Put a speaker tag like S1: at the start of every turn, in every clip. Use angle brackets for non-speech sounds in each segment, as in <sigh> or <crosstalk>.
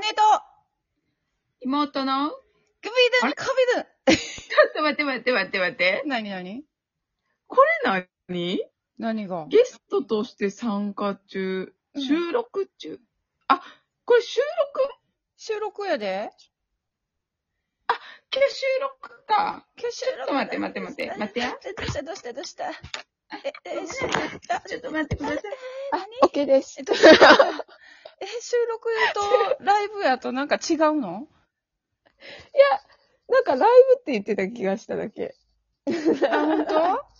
S1: 姉と、
S2: 妹のちょ <laughs>
S1: グビ
S2: あ
S1: ドゥ
S2: れ
S1: ン、カビ
S2: っと待って待って待って待って
S1: ドゥ。ン。何何
S2: これ何
S1: 何が
S2: ゲストとして参加中、
S1: うん
S2: 収録中。あ、これ収録
S1: 収録やで
S2: 今日収録か。
S1: 今日収
S2: ちょっと待って待って待って待ってや
S1: えどうしたどうしたどうしたえ、え、
S2: ごめん
S1: 収録あ
S2: ちょっと待ってください。
S1: 何
S3: オッケーです
S1: え。
S3: <laughs>
S1: どうしたえ、収録とライブやとなんか違うの
S3: なんかライブって言ってた気がしただけ。
S1: あ、本当？
S3: <laughs>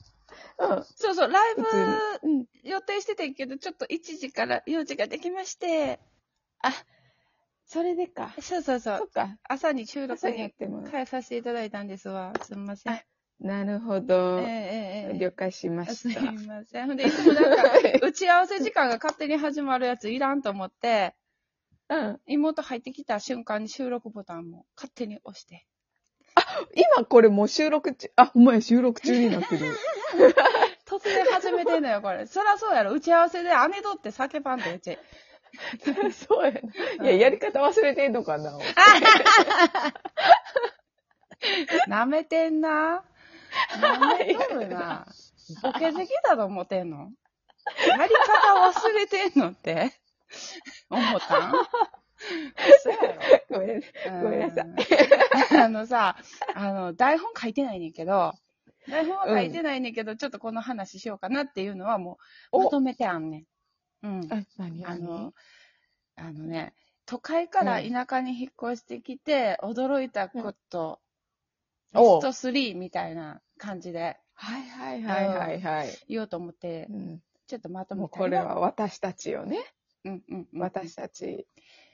S3: うん。
S1: そうそう、ライブ
S3: 普通
S1: うん予定しててんけど、ちょっと1時から用事ができまして、
S3: それでか。
S1: そうそうそ
S3: そう
S1: う、
S3: っか。
S1: 朝に収録
S3: 朝にやっ
S1: に
S3: ても。
S1: 変えさせていただいたんですわ。すみません。
S2: は
S3: なるほ
S1: え
S3: ど
S1: え。ええええ
S3: 了解しま
S1: す
S3: し
S1: み
S3: た。
S1: ません。ほんで、いつもなんか、 <laughs> 打ち合わせ時間が勝手に始まるやついらんと思って、
S3: <laughs> うん。
S1: 妹入ってきた瞬間に収録ボタンも勝手に押して。
S3: 今これもう収録中、あ、ほんまや収録中になってる。
S1: 突然始めてんのよ、これ。そらそうやろ。打ち合わせで姉とって叫ばんとう
S3: <laughs>
S1: ち。
S2: <laughs>
S3: そうやな。いや、やり方忘れてんのかな。
S1: 舐めてんな。舐めとるな。
S3: <laughs>
S1: ボケ好きだと思ってんのやり方忘れてんのって思
S3: <laughs>
S1: ったんそうやろ。
S3: ごめん。ごめんなさ
S1: い。 <laughs> あのさ、あの、台本書いてないねんけど、台本は書いてないねんけど、ちょっとこの話しようかなっていうのはもう、
S3: お
S1: まとめてあんねん。うん。
S3: あ、何
S1: あの、、あのね、都会から田舎に引っ越してきて、驚いたこと、ベ
S3: うんお
S1: スト3みたいな感じで
S3: はいはいはいはいはい。
S1: 言おうと思って
S3: う、ん。
S1: ちょっとまとめ
S3: もう
S1: た
S3: こ
S1: い
S3: れ
S1: な
S3: は、私たちよね。
S1: うんうんうん、
S3: 私たち、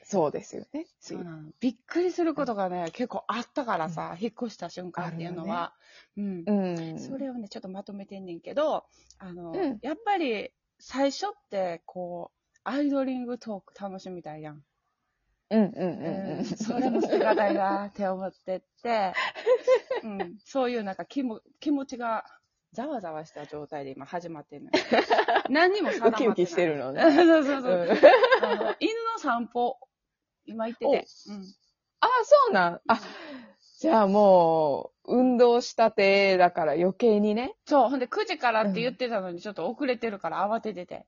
S3: そうですよね。つい
S1: そうなの。びっくりすることがね、結構あったからさ、引っ越した瞬間っていうのは、うん。
S3: うん。
S1: それをね、ちょっとまとめてんねんけど、あの、
S3: うん
S1: やっぱり最初って、こう、アイドリングトーク楽しみたいやん。
S3: うんうんうん
S1: う
S3: うんん。
S1: それも捨てがたいなって思ってって、
S3: <laughs>
S1: うん、そういうなんか気も気持ちがざわざわした状態で今始まってるの
S3: <laughs>
S1: よ。何にも定ま
S3: ウ
S1: ってない。
S3: キウキしてるの
S1: <laughs>
S3: ね。
S1: そうそうそうう。
S3: ん
S1: あの犬の散歩、今行ってて。うん、
S3: あ、そうなん。あ、じゃあもう、運動したてだから余計にね。
S1: そう、ほんで9時からって言ってたのにちょっと遅れてるから慌ててて。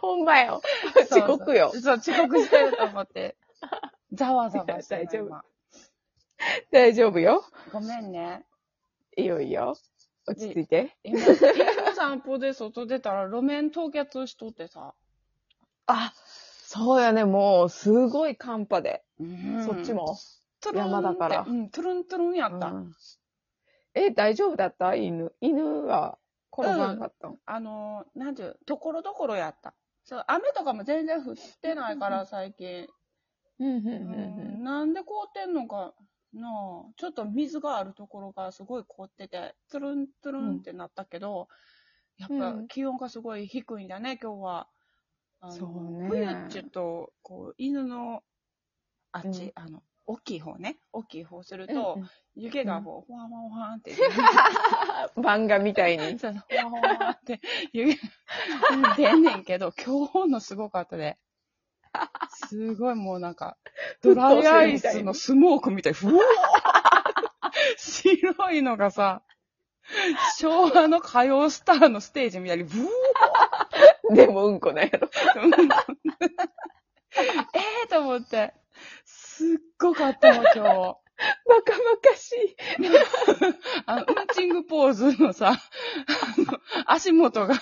S3: ほんまよ。
S1: そう
S3: 遅
S1: そう
S3: 刻よ
S1: そ。う遅刻してると思 <laughs> って。ざわざわして
S3: い
S1: る
S3: や大丈
S1: 今
S3: 夫大丈夫よ。
S1: ごめんね。
S3: いいよいいよ。落ち着いて。
S1: 今、犬の散歩で外出たら路面凍結しとってさ。
S3: あ、そうやね。もう、すごい寒波で。
S1: うん
S3: そっちも。
S1: トゥルンって
S3: 山だから
S1: うん、トゥルントゥルンやった。
S3: うんえ、大丈夫だった犬。犬は転ばなかったの、
S1: あのー、なんていう、ところどころやった。そう、雨とかも全然降ってないから、最近。
S3: うん、うん、
S1: う
S3: う
S1: ん
S3: ん、
S1: なんで凍ってんのかなあちょっと水があるところがすごい凍ってて、トゥルントゥルンってなったけど、やっぱ
S3: うん
S1: 気温がすごい低いんだね、今日は。あの
S3: そうね
S1: 冬っちゅうと、こう、犬の、あっち、
S3: うん
S1: あの、大きい方ね。大きい方する
S3: うん。
S1: と、
S3: うん
S1: 湯気がもう、ほわほわほわ
S3: <laughs>
S1: んって。
S3: 漫画みたいに。 <laughs>
S1: そうそう、ほわほわほわって <laughs> 湯気が出んねんけど、今日のすごかったで。すごいもうなんか、ドライアイスのスモークみたい、ふわー <laughs> 白いのがさ、昭和の歌謡スターのステージみたいに、ブー
S3: でもうんこなんやろ。
S1: <laughs> ええと思って、すっごかったわ、今日。
S3: バカバカしい。
S1: あの、うんチングポーズのさ、あの、足元が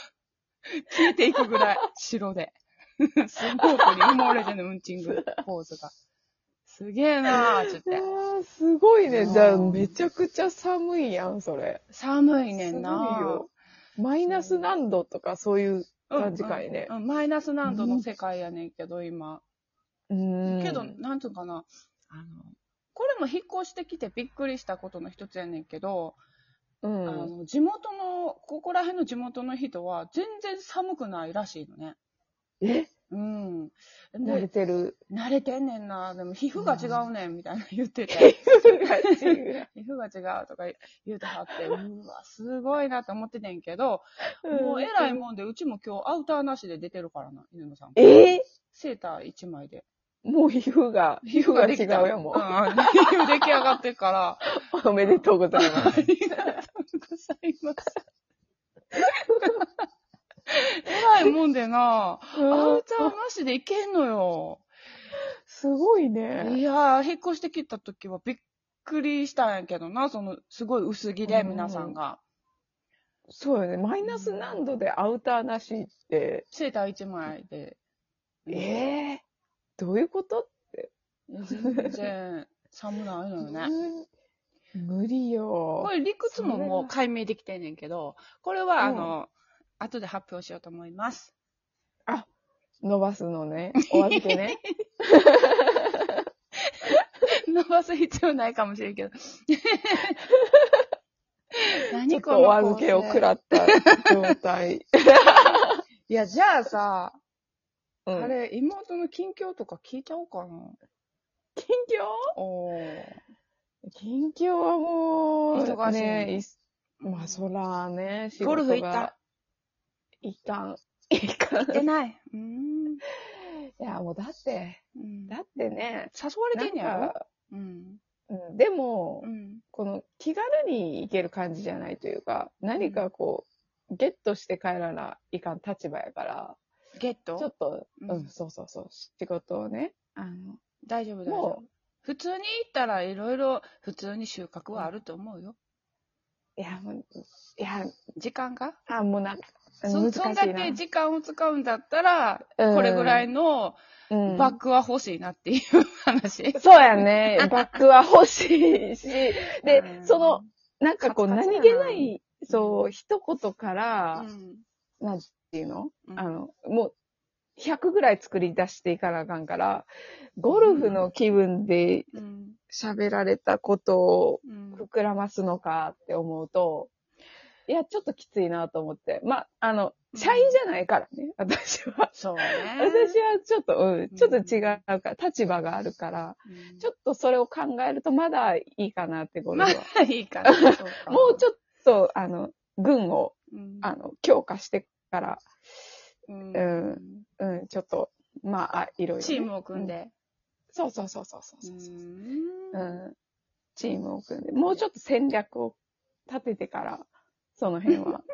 S1: 消えていくぐらい、白で。すごくに埋もれてんの、うんチングポーズが。すげえなー、つっ
S3: あ
S1: て。
S3: ーすごいね。じゃあ、
S1: うん
S3: めちゃくちゃ寒いやん、それ。
S1: 寒いねんな
S3: すごいよマイナス何度とかそういう感じかいね
S1: う。んうんマイナス何度の世界やねんけど、今。
S3: うん。
S1: けど、なんていうかな、あの、これも引っ越してきてびっくりしたことの一つやねんけど、
S3: う
S1: あ
S3: ん。
S1: の、地元の、ここら辺の地元の人は全然寒くないらしいのね。
S3: え
S1: うん。
S3: 慣れてる。
S1: 慣れてんねんな、でも皮膚が違うねん、みたいな言ってて、
S3: <laughs> う
S1: 皮膚が違うとか言うてはって、うわ、すごいなと思っててんけど、もうえらい
S3: ん。
S1: もんで、うちも今日アウターなしで出てるからな、犬のさん。
S3: え
S1: セーター一枚で。
S3: もう皮膚が、皮膚が違うよ、も
S1: うん <laughs> 出来上がってから。
S3: う。おめでとうござい
S1: <laughs>
S3: ま
S1: あ
S3: す。
S1: りがとうございます。 <laughs>
S3: <laughs>
S1: えらいもんでな、アウターなしでいけんのよ。
S3: すごい
S1: い
S3: ね。
S1: やー、引っ越してきた時はびっくりしたんやけどな、その、すごい薄着で、
S3: うん
S1: 皆さんが。
S3: そうよね。マイナス何度でアウターなしって、
S1: セーター一枚で。
S3: ええどういうこと
S1: 全然、寒ないのよ
S3: <laughs>
S1: ね。
S3: 無理よ
S1: こ。れ理屈ももう解明できてんねんけど、これはあの、後で発表しようと思います。
S3: 伸ばす
S1: <laughs>
S3: のね。お預けね。
S1: 伸ばす必要ないかもしれ <laughs> んけど。
S3: ちょ
S1: 何
S3: っ
S1: ことの
S3: お預けを食らった状
S1: <laughs>
S3: 態。
S1: いや、じゃあさ、
S3: うん
S1: あれ、妹の近況とか聞いちゃおうかな。
S3: 近況
S1: おー。
S3: 近況はもう、
S1: 忙しい
S3: ね、いまあ、そらね、仕事が
S1: ゴルフ行った。
S3: いかん。いかん。
S1: 出ない。うーん。
S3: いや、もうだって、
S1: うん
S3: だってね、
S1: 誘われ
S3: な
S1: てん
S3: ん
S1: ねやろ
S3: か、
S1: うん。
S3: うんでも、
S1: うん。
S3: この気軽に行ける感じじゃないというか、何かこう、ゲットして帰らないかん立場やから、
S1: ゲッ
S3: ちょ
S1: ト
S3: っと、
S1: う
S3: うんん、そうそうそう、仕事をね、あの、
S1: 大丈夫、大丈夫
S3: も。
S1: 普通に行ったらいろいろ普通に収穫はあると思うよ。
S3: いや、もう、いや、
S1: 時間が
S3: あ、もうなんか、
S1: そ
S3: 難しい
S1: そん
S3: な。
S1: だけ時間を使うんだったら、
S3: うん
S1: これぐらいの
S3: うん
S1: バッグは欲しいなっていう話。 <laughs>
S3: そうやね。バッグは欲しいし。で
S1: う、ん
S3: その、、なんかこう、
S1: カツカツや
S3: 何
S1: な
S3: 気ない、そう、一言から、なんていうの
S1: うん
S3: あの、もう、100ぐらい作り出していかなあかんから、ゴルフの気分で
S1: うん
S3: 喋られたことを
S1: うん
S3: 膨らますのかって思うと、いや、ちょっときついなと思って。まあ、あの、社員じゃないからね、 <laughs> 私は。
S1: そう
S3: 私
S1: ね。
S3: はちょっと、うん、ちょっと違うから、立場があるから、
S1: うん
S3: ちょっとそれを考えるとまだいいかなって、ゴルフは。
S1: まあいいかな。そうか
S3: もうちょっと、あの、軍を、
S1: うん
S3: あの、強化してから、
S1: うん
S3: うんうん、ちょっと、まあ、あいろいろね、
S1: チームを組んで。
S3: そうそうそうそうそうそうそう、
S1: う
S3: う
S1: ん
S3: ん。チームを組んで、もうちょっと戦略を立ててから、その辺は。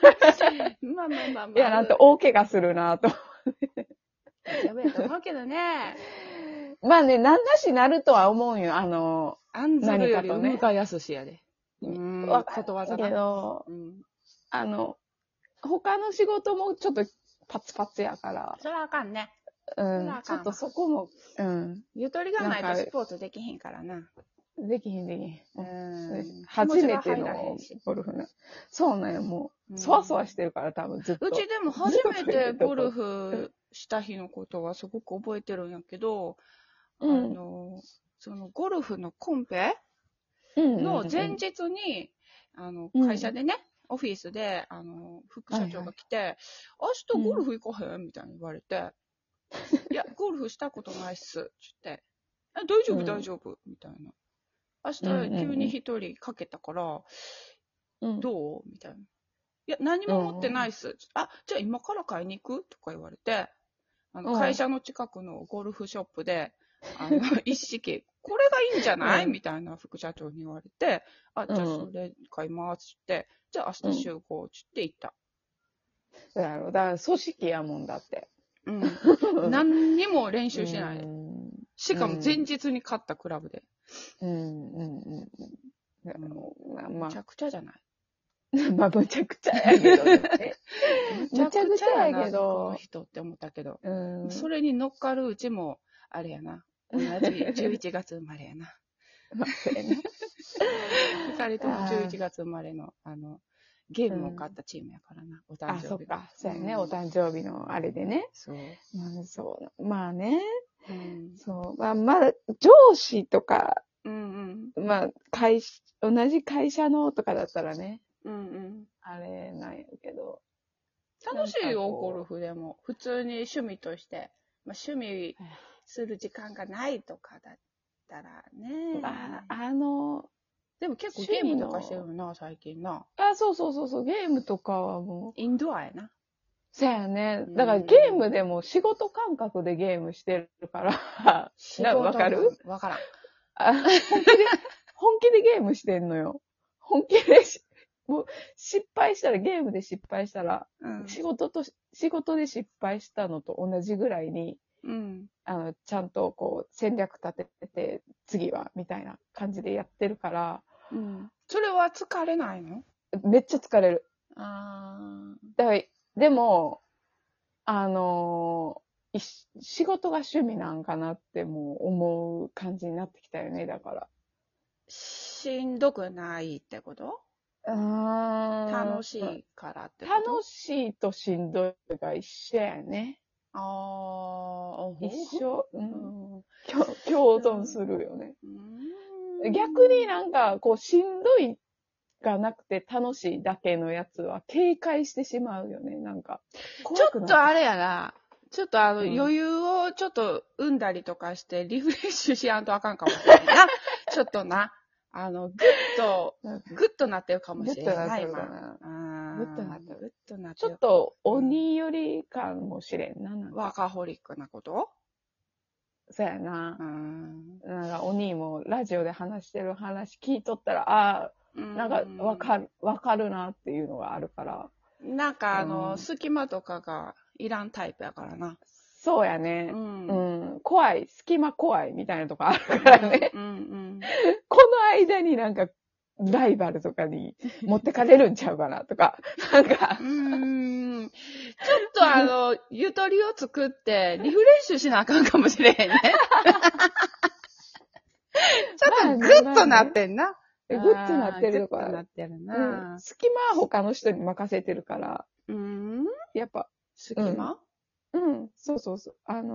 S1: まあまあまあまあ。
S3: <laughs> いや、なんて大怪我するなと。
S1: やべえと思うけどね。
S3: まあね、なんなしなるとは思うんよ、あの、
S1: <laughs> 安
S3: かと
S1: 全
S3: ね
S1: より向かやすしやで。うん
S3: わ
S1: ことわざ
S3: け
S1: だ。
S3: ど、
S1: うん。
S3: あの、他の仕事もちょっとパツパツやから、
S1: それはあかんね。
S3: う
S1: そらあ
S3: ん、ち
S1: かん
S3: ょっとそこも、うん、
S1: ゆとりがない
S3: な
S1: と
S3: ん
S1: ス
S3: か
S1: ポーツできへんからな。
S3: できへんできへん。
S1: うん
S3: 初めて
S1: 気持ちが入らへ
S3: の
S1: んし
S3: ゴルフな。そうなんや、も
S1: うん
S3: う、そわそわしてるから、多分ずっと。
S1: うちでも初めてゴルフした日のことはすごく覚えてるんやけど、
S3: う
S1: あ
S3: ん、
S1: の、そのゴルフのコンペ
S3: うん
S1: の前日に、あの、
S3: うん
S1: 会社でね、オフィスで、あの、副社長が来て、明日ゴルフ行かへんみたいに言われ
S3: <laughs>
S1: て、いや、ゴルフしたことないっす、つって。あ大丈
S3: う
S1: 夫、
S3: ん
S1: 大丈夫、みたいな。
S3: うんうん
S1: 明日、
S3: うん
S1: 急に一人かけたから、
S3: うん
S1: どうみたいな。いや、何も持ってないっす。あ、じゃあ今から買いに行くとか言われて、あの、
S3: うん
S1: 会社の近くのゴルフショップで、あの、一式、 <laughs> これがいいんじゃない、
S3: うん
S1: みたいな副社長に言われて、あ、じゃあ
S3: うん
S1: それ買いますって、じゃあ明日集合つって行った。
S3: そうやろ。だから、組織やもんだって。
S1: うん。何にも練習してな
S3: う
S1: い。
S3: ん、
S1: しかも前日に勝ったクラブで。
S3: うん、うん、うんうん。まあ、ま
S1: むちゃくちゃじゃない。
S3: あ、まあ、むちゃくちゃやけどね。
S1: む
S3: ちゃくちゃやけど
S1: この人って思ったけど。
S3: うん。
S1: それに乗っかるうちも、あれやな。同じ11月生
S3: <laughs>
S1: まれやな。
S3: まあそうやな
S1: 二人とも
S3: あー
S1: 11月生まれの、あの、ゲームを買ったチームやからな、お誕
S3: あ、そ
S1: 生
S3: っ
S1: 日が。
S3: か。そうやね。
S1: うん
S3: お誕生日のあれでね。
S1: そう。
S3: うん、そう。まあね。
S1: うん。
S3: そう。まあ、まあ、上司とか、
S1: うん
S3: まあ、会社、同じ会社のとかだったらね、
S1: うん。うんうん。
S3: あれなんやけど。
S1: 楽しい
S3: な
S1: よ、
S3: んかこ
S1: ゴ
S3: う
S1: ルフでも。普通に趣味として。まあ、趣味する時間がないとかだったらね。
S3: あ、あの、
S1: でも結構
S3: 趣
S1: ゲー
S3: 味
S1: ム
S3: の
S1: とかしてるよな、最近な。
S3: あ、そうそうそうそう、ゲームとかはも
S1: インドアやな。
S3: う、そうやね
S1: うん。
S3: だからゲームでも仕事感覚でゲームしてるから、 <laughs> なわかる
S1: わからん。
S3: あ本
S1: <laughs>
S3: 気で、本気でゲームしてんのよ。本気でし、もう失敗したら、ゲームで失敗したら、
S1: うん
S3: 仕事とし、仕事で失敗したのと同じぐらいに、
S1: うん。
S3: あの、ちゃんとこう戦略立てて、次は、みたいな感じでやってるから、
S1: うん。それは疲れないの
S3: めっちゃ疲れる。
S1: あ
S3: だからでも、あのーいし仕事が趣味なんかなってもう思う感じになってきたよね、だから。
S1: しんどくないってこと楽
S3: 楽
S1: し。いからってこと
S3: 楽しいとしんどいが一緒やね。
S1: ああ、
S3: 一緒、う、
S1: うんん。う
S3: 共共存するよね。
S1: ーん
S3: 逆になんか、こう、しんどいがなくて楽しいだけのやつは警戒してしまうよね、なんか。
S1: ちょっと
S3: あ
S1: あれやな。ちょっとあの、
S3: うん
S1: 余裕をちょっと生んだりとかして、リフレッシュしやんとあかんかもしれん
S3: <laughs>
S1: な。ちょっとな。あの、ぐっと、ぐっとなってるかも
S3: グ
S1: しれ
S3: ッと
S1: ん
S3: な
S1: な
S3: っ
S1: い、
S3: てるか
S1: 今。
S3: な。
S1: あー
S3: グッとなってる
S1: グッとなって
S3: ちょ
S1: る
S3: っと鬼寄り感もしれんな、なんか。
S1: ワーカホリックなこと
S3: そうやな
S1: う。ん。
S3: なんか、お兄もラジオで話してる話聞いとったら、ああ、なんか、わか
S1: る。
S3: る、わかるなっていうのがあるから。
S1: なんかあの、
S3: うん
S1: 隙間とかがいらんタイプやからな。
S3: そうや
S1: う
S3: ね。
S1: ん。
S3: う
S1: うん。
S3: ん。怖い。隙間怖いみたいなとこあるからね。
S1: うん。
S3: この間になんか、ライバルとかに持ってかれるんちゃうかなとか。なんか
S1: う、ーん。ちょっとあの、ゆとりを作って、リフレッシュしなあかんかもしれへんね。ちょっとグッとなってんな。
S3: グッとなってる
S1: グ
S3: と
S1: ッとな
S3: か
S1: っ。てる
S3: う、。
S1: なん
S3: 隙間は他の人に任せてるから、
S1: うん。
S3: やっぱ、
S1: 隙間、
S3: うん、そうそうそう。あの